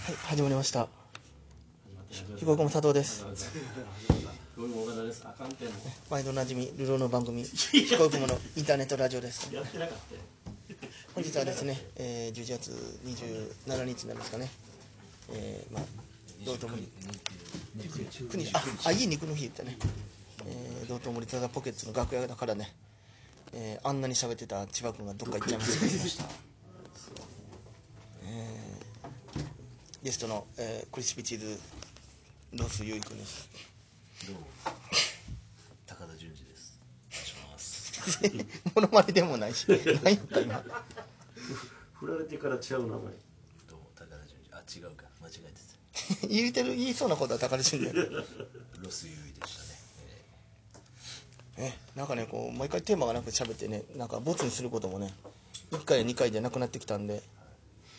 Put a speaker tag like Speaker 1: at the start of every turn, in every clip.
Speaker 1: はい、始まりました。ひぼこも佐藤です。
Speaker 2: あかんてんも
Speaker 1: 毎度おなじみ、ルローの番組、ひぼこものインターネットラジオです。
Speaker 2: やってなかったよ
Speaker 1: 本日はですね、えー、11月27日になりますかね。えー、まあ、道頓堀。国あ、あ、いい肉の日言ったね。えー、道頓堀ただポケッツの楽屋だからね、えー、あんなに喋ってた千葉君がどっか行っちゃいました。えー、ゲストの、えー、クリスピーチーズロスゆい君です。
Speaker 3: 高田純次です。
Speaker 1: モノマネで もないし、何やった今。
Speaker 2: 振られてから違う名前
Speaker 3: どうも高田純次。あ違うか間違えて
Speaker 1: 言うてる、言いそうなことは高田純次やね
Speaker 3: た。ロス優位でしたね。
Speaker 1: え、なんかね、こう、毎回テーマがなく喋ってね、なんかボツにすることもね、1回や2回じゃなくなってきたんで、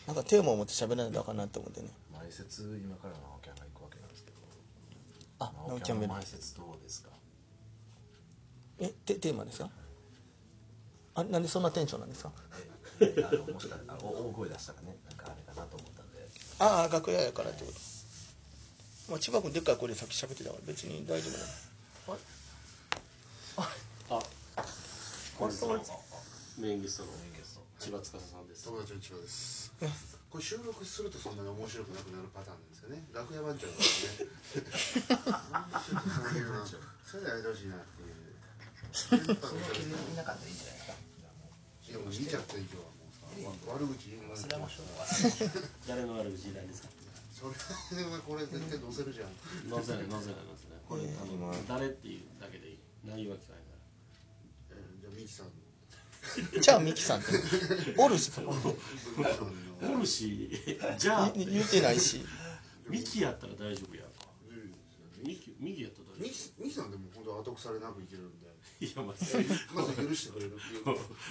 Speaker 1: なんかテーマを持って喋らないとあかんなと思ってね。
Speaker 3: えー前説今からのキャンが行くわけなんですけど。
Speaker 1: あ、
Speaker 3: ナ
Speaker 1: ナ
Speaker 3: オ
Speaker 1: オ
Speaker 3: キ
Speaker 1: キャ
Speaker 3: ャ
Speaker 1: ン
Speaker 3: ン
Speaker 1: ベ
Speaker 3: ベ
Speaker 1: ル
Speaker 3: ル。。前説どうですか。
Speaker 1: え、テテーマですかあれ、なんでそんなテンションなんですか
Speaker 3: えーあのもしかあお大声出したらねなんかあれかなと思ったんで。
Speaker 1: ああ、楽屋やからってこと。まあ、千葉君でっかい声でさっき喋ってたから別に大丈夫だ。あれ
Speaker 2: あ
Speaker 1: あれあれ
Speaker 2: メインゲストの
Speaker 3: メインゲスト
Speaker 2: 千葉司さんです
Speaker 4: 友達の千葉です。これ収録するとそんなに面白くなくなるパターンなんですよね。楽屋番長なんですね。ちょっとそういうの、それでやめてほしいなっていう。
Speaker 3: その気づいてなかったらいいんじゃないですか。じゃあも
Speaker 4: いやもう見ちゃった今日はもうさ、わ悪口言う
Speaker 3: う
Speaker 4: のが
Speaker 3: 忘れましょう。
Speaker 2: 誰の悪口ないですか
Speaker 4: それでこれ絶対載せるじゃん。
Speaker 2: 載せない載せない載せないこれ
Speaker 1: えー
Speaker 2: あの誰っていうだけでいい内容は聞かないか
Speaker 4: えーじゃあミキさんの、
Speaker 1: じゃあ、ミキさんって。おるし、そこ
Speaker 4: ブルーさんの、
Speaker 2: らおるしじゃあ
Speaker 1: 言言うてないし。
Speaker 2: ミキやったら大丈夫やんか
Speaker 4: ブルーですよね
Speaker 2: ミキミキやったら
Speaker 4: ミ
Speaker 2: 大丈
Speaker 4: キミキさんでも本当後腐れなくいけるんで、
Speaker 2: 夫いやまあそういう
Speaker 4: まず許してくれるっていう。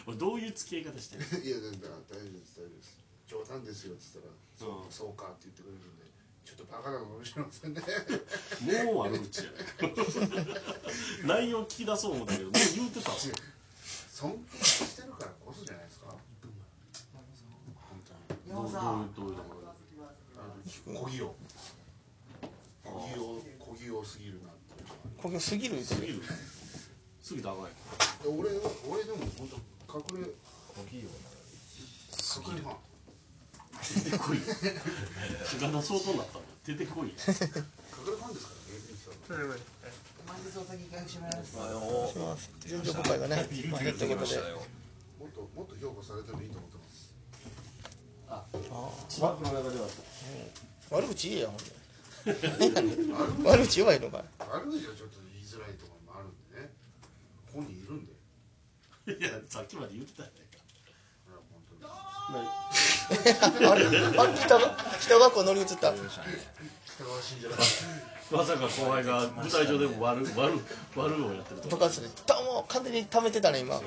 Speaker 2: 俺どういう付き合い方してんの
Speaker 4: いやなんか大丈夫です大丈夫です冗談ですよっつったら「そう
Speaker 2: うん
Speaker 4: そうか」って言ってくれるんでちょっとバカなのかもしれませんね
Speaker 2: もう悪口やない内容聞き出そう思うんだけどもう言うてたわ
Speaker 4: 尊敬してるからこそじゃないですか本当に
Speaker 2: どうどういうどういう
Speaker 4: あの小ぎを小ぎを小ぎをすぎるなっていうのは
Speaker 1: ここすぎる言うて
Speaker 2: す
Speaker 1: る
Speaker 2: ぎるすぎたらあかんよ
Speaker 4: で俺は俺でも本当隠れ
Speaker 3: 小木を
Speaker 4: 隠れファン
Speaker 2: 出てこいよだんだん相当になったんだ出てこいよ
Speaker 4: 隠れファンですからねミキさんは
Speaker 1: します。順序誤解がね、まあいいってことで。
Speaker 4: もっともっと評価されてもいいと思ってます
Speaker 1: あ
Speaker 2: 千葉君の中では
Speaker 1: あ悪口言えや、ほんで。悪口弱いのかい。
Speaker 4: 悪口はちょっと言いづらいところもあるんでね本人いるんで
Speaker 2: いやさっきまで言ってたやないか
Speaker 4: これは本当に
Speaker 2: まあ
Speaker 1: あれ、あれ北が、北学校乗り移った。
Speaker 4: 北川信者だから
Speaker 2: まさか後輩が舞台上でも悪悪悪をやってると
Speaker 1: 部活で、た、もう完全に溜めてたね、今。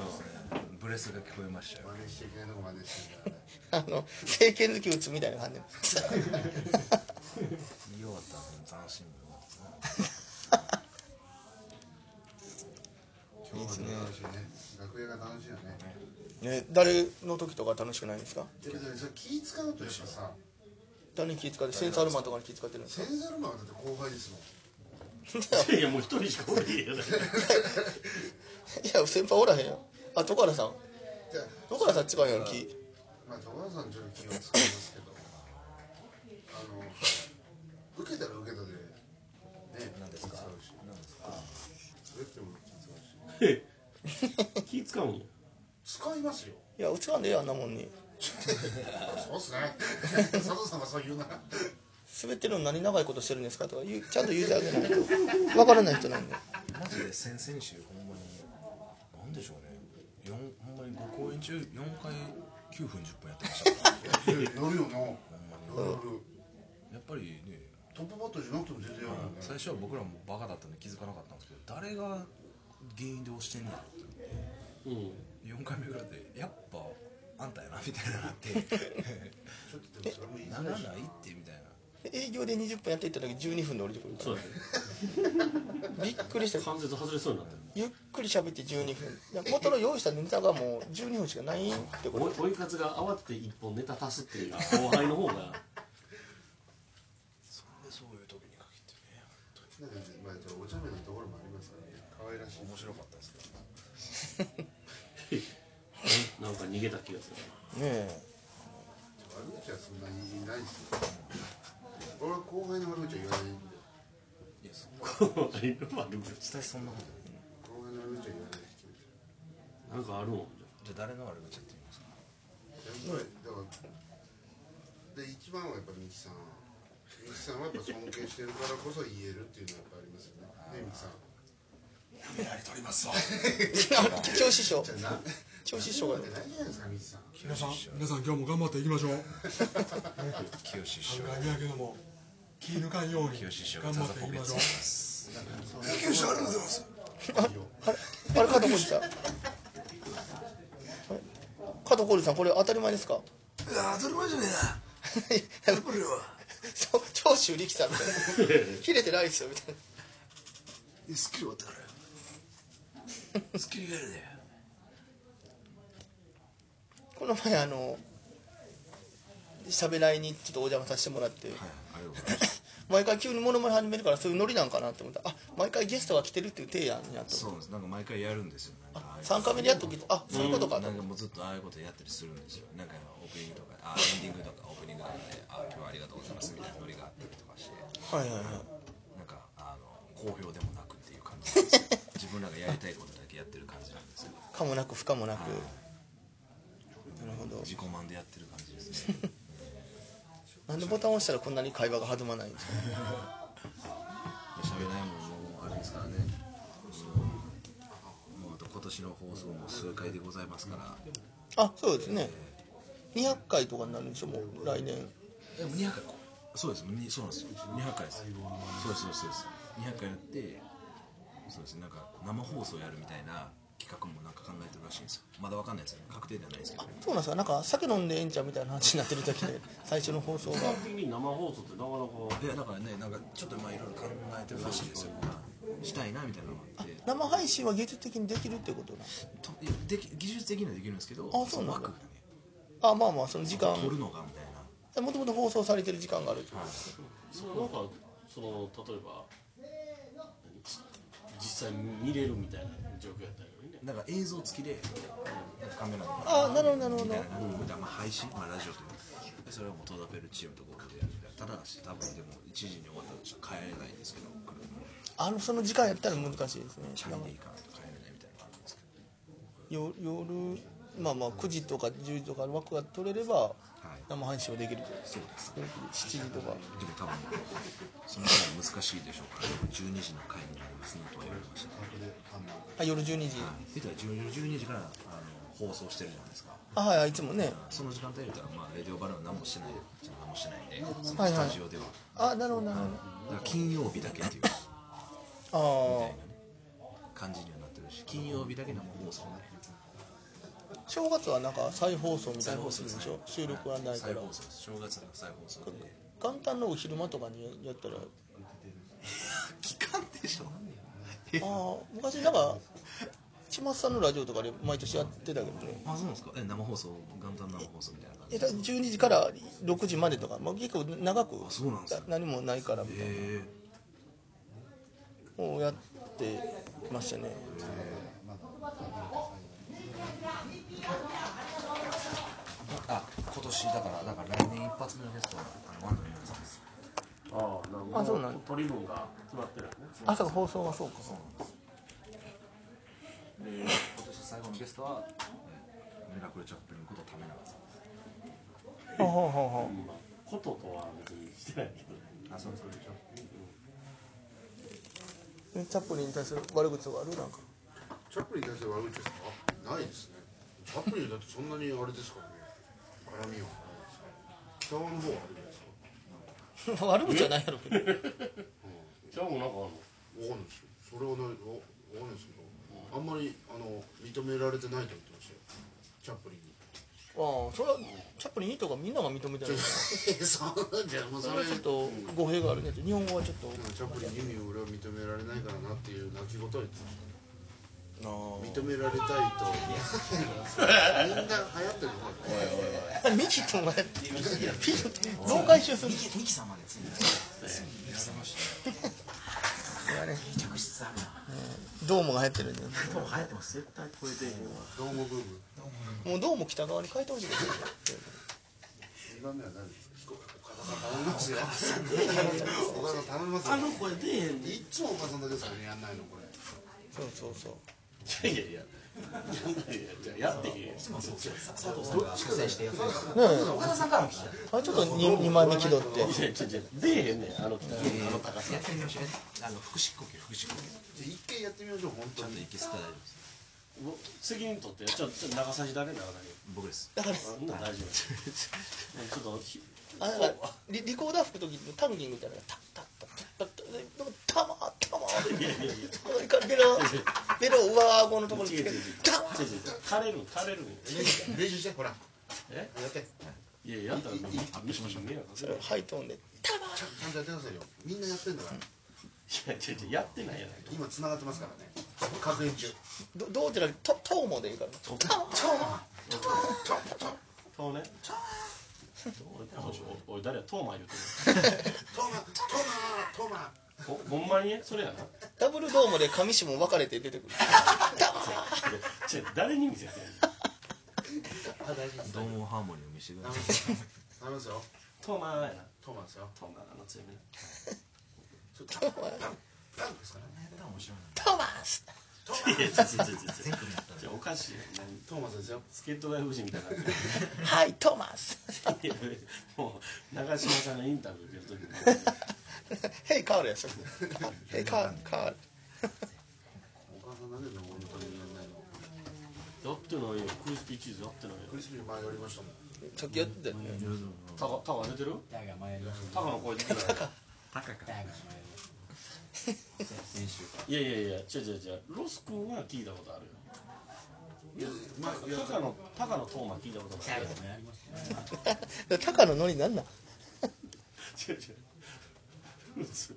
Speaker 3: ブレスが聞こえましたよ。
Speaker 4: 真似しちゃいけないとこ真似してるからね
Speaker 1: あの、政権好き打つみたいな感じ。
Speaker 3: 言い終わった後の斬新も。
Speaker 4: 今日は楽しいね楽屋が楽しいよね
Speaker 1: ね、誰の時とか楽しくないんですか。
Speaker 4: だけどねそれ気使うとやっぱさ
Speaker 1: 誰に気遣って、センサールマンとかに気遣ってるんです
Speaker 4: セ
Speaker 1: か。
Speaker 4: ンザルマンはだって後輩ですもん
Speaker 2: いやもう一人しかおれへんやないか
Speaker 1: いや、先輩おらへんよ。あ、トカラさん。
Speaker 4: じゃ
Speaker 1: トカラさん違うやん、気。
Speaker 4: まあ高田さんちょっと気を使いますけどあの受けたら受けたでね何ですかうし
Speaker 3: なんですか。
Speaker 4: それっても気使う し
Speaker 2: 気使うんや
Speaker 4: 使いますよ
Speaker 1: いや、映らんでええやんあんなもんに。
Speaker 4: そうっすね 佐藤さんがそう言うなら
Speaker 1: 滑ってるのに何長いことしてるんですかとか言うちゃんと言うてあげないとわからない人なんで
Speaker 3: マジで先々週ほんまになんでしょうね四ほんまに5公演中四回9分10分やってましたから
Speaker 4: 乗るよな
Speaker 3: ほん
Speaker 4: 乗
Speaker 3: まに
Speaker 4: る乗る
Speaker 3: やっぱりね
Speaker 4: トップバットじゃなくても全然やるもんね
Speaker 3: 最初は僕らもバカだったんで気づかなかったんですけど誰が原因で押してんだろうって
Speaker 2: うん
Speaker 3: 4回目ぐらいでやっぱあんたやなみたいななって
Speaker 4: ちょっとでもそれも言い
Speaker 3: な
Speaker 4: づら
Speaker 3: ら
Speaker 4: いし
Speaker 3: ないってみたいな
Speaker 1: 営業で20分やっていった時12分で降りてくるか
Speaker 2: そうや
Speaker 1: らびっくりした
Speaker 2: で関節外れそうになってる
Speaker 1: ゆっくり喋って12分いや元の用意したネタがもう12分しかないってこ
Speaker 2: お
Speaker 1: と
Speaker 2: いおいかつが慌てて一本ネタ足すっていうのは後輩の方が逃げた気がする
Speaker 1: え
Speaker 4: 悪口はそんなにいないですよ俺は後輩の悪口は言わないんで
Speaker 3: いやそ
Speaker 2: 後輩の悪口
Speaker 3: 絶対そんなことない
Speaker 4: 後輩の悪口は言わない人
Speaker 2: なんかあるもん
Speaker 3: じゃあ誰の悪口やってみますか
Speaker 4: やっぱりだからで一番はやっぱミキさんミキさんはやっぱ尊敬してるからこそ言えるっていうのはやっぱありますよねねミキさん
Speaker 3: 褒められておりますわ
Speaker 1: え教師匠
Speaker 4: じゃあな
Speaker 1: 教師匠が
Speaker 4: ってないじゃないですかミキさん
Speaker 5: 皆さん皆さん今日も頑張っていきましょう
Speaker 3: 清志師
Speaker 5: 考
Speaker 3: 匠
Speaker 5: えやけども気抜かんように
Speaker 3: 清志師匠が
Speaker 5: 頑
Speaker 3: ザ
Speaker 5: 張
Speaker 3: ザ
Speaker 5: って
Speaker 3: ポ
Speaker 5: いき
Speaker 3: ケッ
Speaker 5: ま
Speaker 3: ツ
Speaker 5: しょ
Speaker 3: や
Speaker 5: う
Speaker 3: ります
Speaker 4: 清志ありがとうございます
Speaker 1: あれ加藤浩次さんあれ加藤浩次さんこれ当たり前ですか
Speaker 3: 当たり前じゃね
Speaker 1: そう長州力さんみたいな切れてないですよみたいな
Speaker 3: えなスッキリ終わったからスッキリやるね
Speaker 1: この前あの喋らいにちょっとお邪魔させてもらって、
Speaker 3: はいありがとうございます
Speaker 1: 毎回急にモノマネ始めるからそういうノリなんかなって思ったあ毎回ゲストが来てるっていう提案になって
Speaker 3: そうなんですなんか毎回やるんですよなんかああいう
Speaker 1: 3回目でやっときてあそういうことかと
Speaker 3: なんかもうずっとああいうことやったりするんですよなんかオープニングとかあエンディングとかオープニングとかであ今日はありがとうございますみたいなノリがあったりとかして
Speaker 1: はいはいはい
Speaker 3: なんかあの好評でもなくっていう感じなんですよ自分らがやりたいことだけやってる感じなんですけど
Speaker 1: かもなく不可もなく
Speaker 3: い
Speaker 1: なるほど
Speaker 3: 自己満でやってる感じですね
Speaker 1: なんでボタン押したらこんなに会話が弾まないんですか
Speaker 3: 喋らないもんもうあれですからねもうもうあと今年の放送も数回でございますから
Speaker 1: あそうですね200回とかになるんでしょもう来年
Speaker 3: でも200回そうですにそうなんですよ200回ですそうですそうですそうです200回やってそうですなんか生放送やるみたいな企画もなんか考えてるらしいんですよまだわかんないですよ確定ではないですけど
Speaker 1: そうなんですかなんか酒飲んでええんちゃうみたいな話になってる時 で最初の放送が
Speaker 2: 基本的に生放送ってなかなか
Speaker 3: いやだからねなんかちょっとまあいろいろ考えてるらしいですよしたいなみたいなのがあって
Speaker 1: 生配信は技術的にできるってことなんです
Speaker 3: といやでき技術的にはできるんですけど
Speaker 1: あそうなんだ
Speaker 3: の枠がね
Speaker 1: あまあまあその時間
Speaker 3: 取るのがみたいな
Speaker 1: もともと放送されてる時間があるってことです
Speaker 2: そのなんかその例えば実際見れるみたいな状況やったらいいのにね
Speaker 3: なんか映像付きでなんかカメラの
Speaker 1: あなるほどなるほど
Speaker 3: みたいななんかまあ配信、まあ、ラジオというかでそれはもうトーダペルチームと合同でやるみたいなただし多分でも1時に終わったらちょっと帰れないんですけど車も
Speaker 1: あのその時間やったら難しいですね
Speaker 3: チャリで行かないと帰れないみたいなのがあるんですけど
Speaker 1: よ夜まあまあ9時とか10時とかの枠が取れれば
Speaker 3: はい
Speaker 1: 生配信はできる
Speaker 3: そうです
Speaker 1: 7時とか
Speaker 3: でも多分その回は難しいでしょうからでも12時の回になりますねとは言われました
Speaker 1: あ夜12時
Speaker 3: 見たら 12, 時からあの放送してるじゃないですか
Speaker 1: あはいはいいつもね
Speaker 3: その時間帯言うたら、まあ、レディオバルーン何もしてないじゃ何もしてないんでそ
Speaker 1: は
Speaker 3: の
Speaker 1: い
Speaker 3: ス
Speaker 1: はい
Speaker 3: タジオでは、
Speaker 1: あなるほどなるほ
Speaker 3: だから金曜日だけっていう
Speaker 1: どあ
Speaker 3: 感じにはなってるし金曜日だけ生放送ね
Speaker 1: あ正月はなんか再放送みたいなのするでしょ収録はないか
Speaker 3: 再
Speaker 1: ら
Speaker 3: 放送です正月の再放送で
Speaker 1: 元旦のお昼間とかにやったら
Speaker 3: 期間でしょ
Speaker 1: ああ昔なんか千松さんのラジオとかで毎年やってたけどね
Speaker 3: あそうなんですかえ生放送元旦生放送みたいな感
Speaker 1: いや
Speaker 3: じ
Speaker 1: だから12時から6時までとか、まあ、結構長く
Speaker 3: あそうなんですね
Speaker 1: 何もないからみたいな
Speaker 3: え
Speaker 1: をやってましたね
Speaker 3: ー、あ今年だからだから来年一発目のゲストはあのワンダムさんです
Speaker 2: ああなるほど
Speaker 1: あそうなんだ
Speaker 2: 取り分が決まってるよね
Speaker 1: 朝が放送はそうか
Speaker 3: で今年最後のゲストは、えーミラクルチャップリンこと為永さんです
Speaker 1: はははは
Speaker 2: まあこととは別にしてないけど
Speaker 3: あそうそうでしょ
Speaker 1: チャップリンに対する悪口とかあるなんか
Speaker 4: チャップリンに対する悪口ですかないですねチャップリンだってそんなにあれですからね絡みはないですから北川の方はあるじゃないです
Speaker 1: 悪口はないやろ
Speaker 4: か
Speaker 1: けど
Speaker 2: じゃあもうなんかあるの
Speaker 4: わかんないですよそれはないわわかんないですけどあんまりあの認められてないと言ってましたよチャップリンに
Speaker 1: ああそれはチャップリンいいとかみんなが認めてる
Speaker 4: そんじゃもう
Speaker 1: そ
Speaker 4: そ
Speaker 1: れは
Speaker 4: れ
Speaker 1: ちょっと語弊があるねって日本語はちょっと
Speaker 4: チャップリンに俺は認められないからなっていう泣き言を言ってました認められたいとみんな流行ってるのこれ
Speaker 1: あミキ君はピン増回収する
Speaker 3: ミキさんまでついてる
Speaker 5: やりまし
Speaker 1: これはね
Speaker 6: 定着しつつあるな
Speaker 1: ドームが流行ってるんで
Speaker 6: でも流行ってます絶対超えていけるわ
Speaker 4: どうもブーム
Speaker 1: もうドーム北側に変えてほしいですね
Speaker 4: 2番目は何ですか岡田さん頼みますよ岡田さん頼みますよ
Speaker 6: あの声出えへんで
Speaker 4: いっつも岡田さんだけですからねやんないのこれ
Speaker 1: そうそうそう
Speaker 2: いやいやいやいやいややってけえよ
Speaker 6: 佐藤さんが粛清してやってる
Speaker 1: ね
Speaker 6: 岡田さんからも聞いた
Speaker 1: えあれちょっと 2, 二枚目気取って
Speaker 2: いやいやいや出えへんねんあのあの高さ
Speaker 3: やってみましょうねあの腹式呼吸腹式呼吸
Speaker 4: じゃあ一回やってみましょう本
Speaker 3: ちゃ
Speaker 4: 当
Speaker 3: んと
Speaker 4: に
Speaker 3: 息吸ったら大丈夫です
Speaker 2: もう責任取ってちょっと長さじだね長さ
Speaker 3: 僕です
Speaker 1: だから
Speaker 2: じそんなん大丈夫ちょっとひ
Speaker 1: あなんかリリコーダー吹く時のタンギンみたいなのがタッタッタッタッタッタッタマータマー
Speaker 2: いやいやいや
Speaker 1: このベロベロを上顎のところにつけてタマー
Speaker 2: 違う違う違う垂れる垂れる
Speaker 4: 練習してほら
Speaker 2: え
Speaker 4: やって
Speaker 2: いやいややったらもうアップしましょうね
Speaker 1: それをハイトーンで
Speaker 4: ちゃんちゃんとやってくださいよみんなやってんだから
Speaker 2: いや違う違うやってないやないか
Speaker 4: 今繋がってますからね確認中
Speaker 1: どどうじゃなくてトトーモでいいから
Speaker 2: トントンねおいおい誰やトーマ言うて
Speaker 4: トーマトーマトーマ
Speaker 2: るほほんまにねそれやな
Speaker 1: ダブルドームで上下も分かれて出てくる
Speaker 2: いや違う誰に見せてんの
Speaker 3: ドームハーモニーを見せてください
Speaker 4: 頼みますよ
Speaker 2: トーマやな
Speaker 4: トーマですよ
Speaker 2: トーマの強みな
Speaker 4: ちょっとパンパンパンですからね
Speaker 1: トマス
Speaker 2: いや違う違う違う違うじゃあおかしいよ何
Speaker 4: トーマスですよ
Speaker 2: 助っ人外国人みたいになってる
Speaker 1: はいトマス
Speaker 2: いやもう長嶋さんがインタビュー受けるときに
Speaker 1: ヘイカールやそれヘイカールカール
Speaker 4: お母さんなんででも本当にやんないの
Speaker 2: やってないよクリスピーチーズやってないよ
Speaker 4: クリスピー前やりましたもん
Speaker 1: さっきやってたよね
Speaker 2: タカタカ出てる
Speaker 6: だが前の
Speaker 2: タカの声出てない
Speaker 6: だが前の先週
Speaker 2: いやいやいや違う違う違うロス君は聞いたことあるよ
Speaker 4: いやまあいや
Speaker 2: タカのタカのトーマ聞いたことない
Speaker 6: だが前ありましたね
Speaker 1: 高野のりなんなん
Speaker 2: 違う違う普通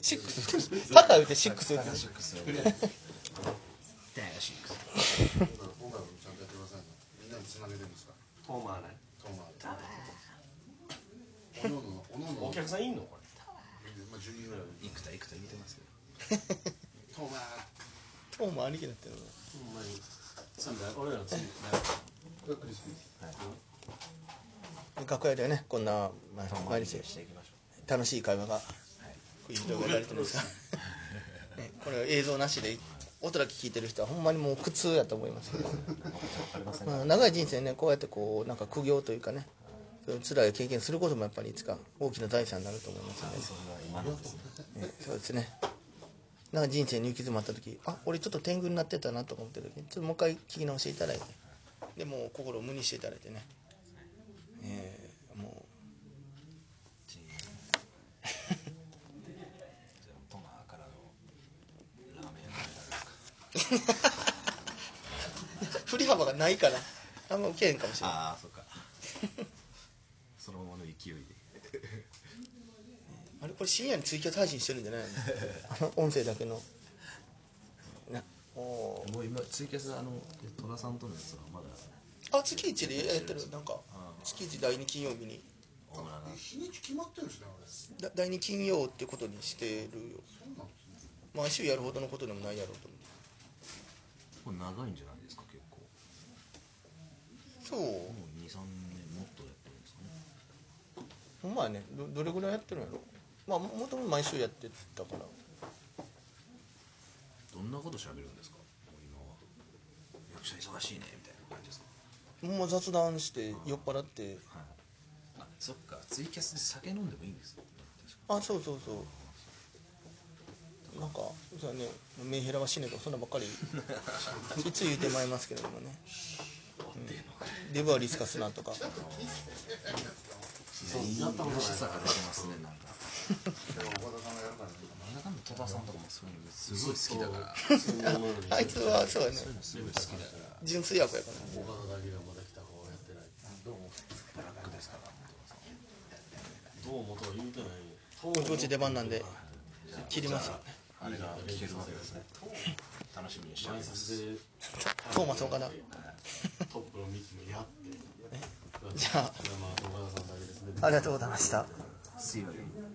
Speaker 1: シックス高言うてシックス言うて
Speaker 6: だがシックス
Speaker 4: 今回は今回はちゃんとやってくださいねみんなに繋げてるんですか
Speaker 2: トーマはね
Speaker 4: トーマおのおの
Speaker 2: お
Speaker 4: おのおの
Speaker 2: 客さんいんのこ
Speaker 4: まあ10人ぐらい
Speaker 3: いくたいくた言うてますよ
Speaker 4: トーマ
Speaker 1: トーマ兄貴だってる
Speaker 2: れほんまにそんだ俺らの次
Speaker 4: これクリスピー
Speaker 1: な楽屋ではねこんなまあ毎日
Speaker 3: していきましょ
Speaker 1: 楽しい会話が繰り広げられてるんですがねこれ映像なしで音だけ聞いてる人はほんまにもう苦痛やと思いますけど、まあ、長い人生ねこうやってこうなんか苦行というかねそういう辛い経験することもやっぱりいつか大きな財産になると思いますので、ねそうですねなんか人生に行き詰まった時あ俺ちょっと天狗になってたなと思ってる時にちょっともう一回聞き直していただいてでもう心を無にしていただいてねえーもう
Speaker 3: うじゃあトマからのラーメン屋
Speaker 1: 振り幅がないからあんま受けへんかもしれない
Speaker 3: ああそっかそのままの勢いで
Speaker 1: あれこれ深夜にツイキャス配信してるんじゃないのあの音声だけのなおー
Speaker 3: もう今ツイキャスあの戸田さんとのやつはまだ
Speaker 1: あ月一でやってるなんか月一第2金曜日に
Speaker 3: オーナーが
Speaker 4: 日にち決まってるんですねあれそ
Speaker 1: だ第2金曜ってことにしてるよ
Speaker 4: うなんですね
Speaker 1: 毎週やるほどのことでもないやろうと
Speaker 3: これ長いんじゃないですか結構も
Speaker 1: 思う
Speaker 3: う23年もっとやってるんですかね
Speaker 1: そうほんまやねどどれぐらいやってるんやろまあももともと毎週やってたから
Speaker 3: どんなこと喋るんですかもう今は役者忙しいねみたいな感じですか
Speaker 1: ほんま雑談して酔っ払って
Speaker 3: はいあそっかツイキャスで酒飲んでもいいんですよ
Speaker 1: あそうそうそうなんかじゃねメンヘラは死ねとかそんなばっかりいつ言うてまいりますけれどもね、うん、デブはリスカスなとか
Speaker 2: そうやったことない
Speaker 3: 静か出てますねなんか
Speaker 4: でも岡田さんがやるからね
Speaker 3: なんだかんだ戸田さんとかもそういうのすごい好きだから
Speaker 1: あいつはそうやね
Speaker 3: すごい好きだから
Speaker 1: 純粋役やからね
Speaker 4: 岡田だけがまだ来た方がやってない
Speaker 3: ブラックですから
Speaker 2: どうもとは言うてないよ
Speaker 1: ぼちぼち出番なんで切ります
Speaker 3: あれが聞けるわけですね楽しみにしており
Speaker 2: 挨
Speaker 3: ます
Speaker 2: 拶で
Speaker 1: トーマス岡田
Speaker 2: トップのミキもやって
Speaker 1: じゃあ
Speaker 2: それはまあ岡田さんだけですね
Speaker 1: ありがとうございました
Speaker 3: See you again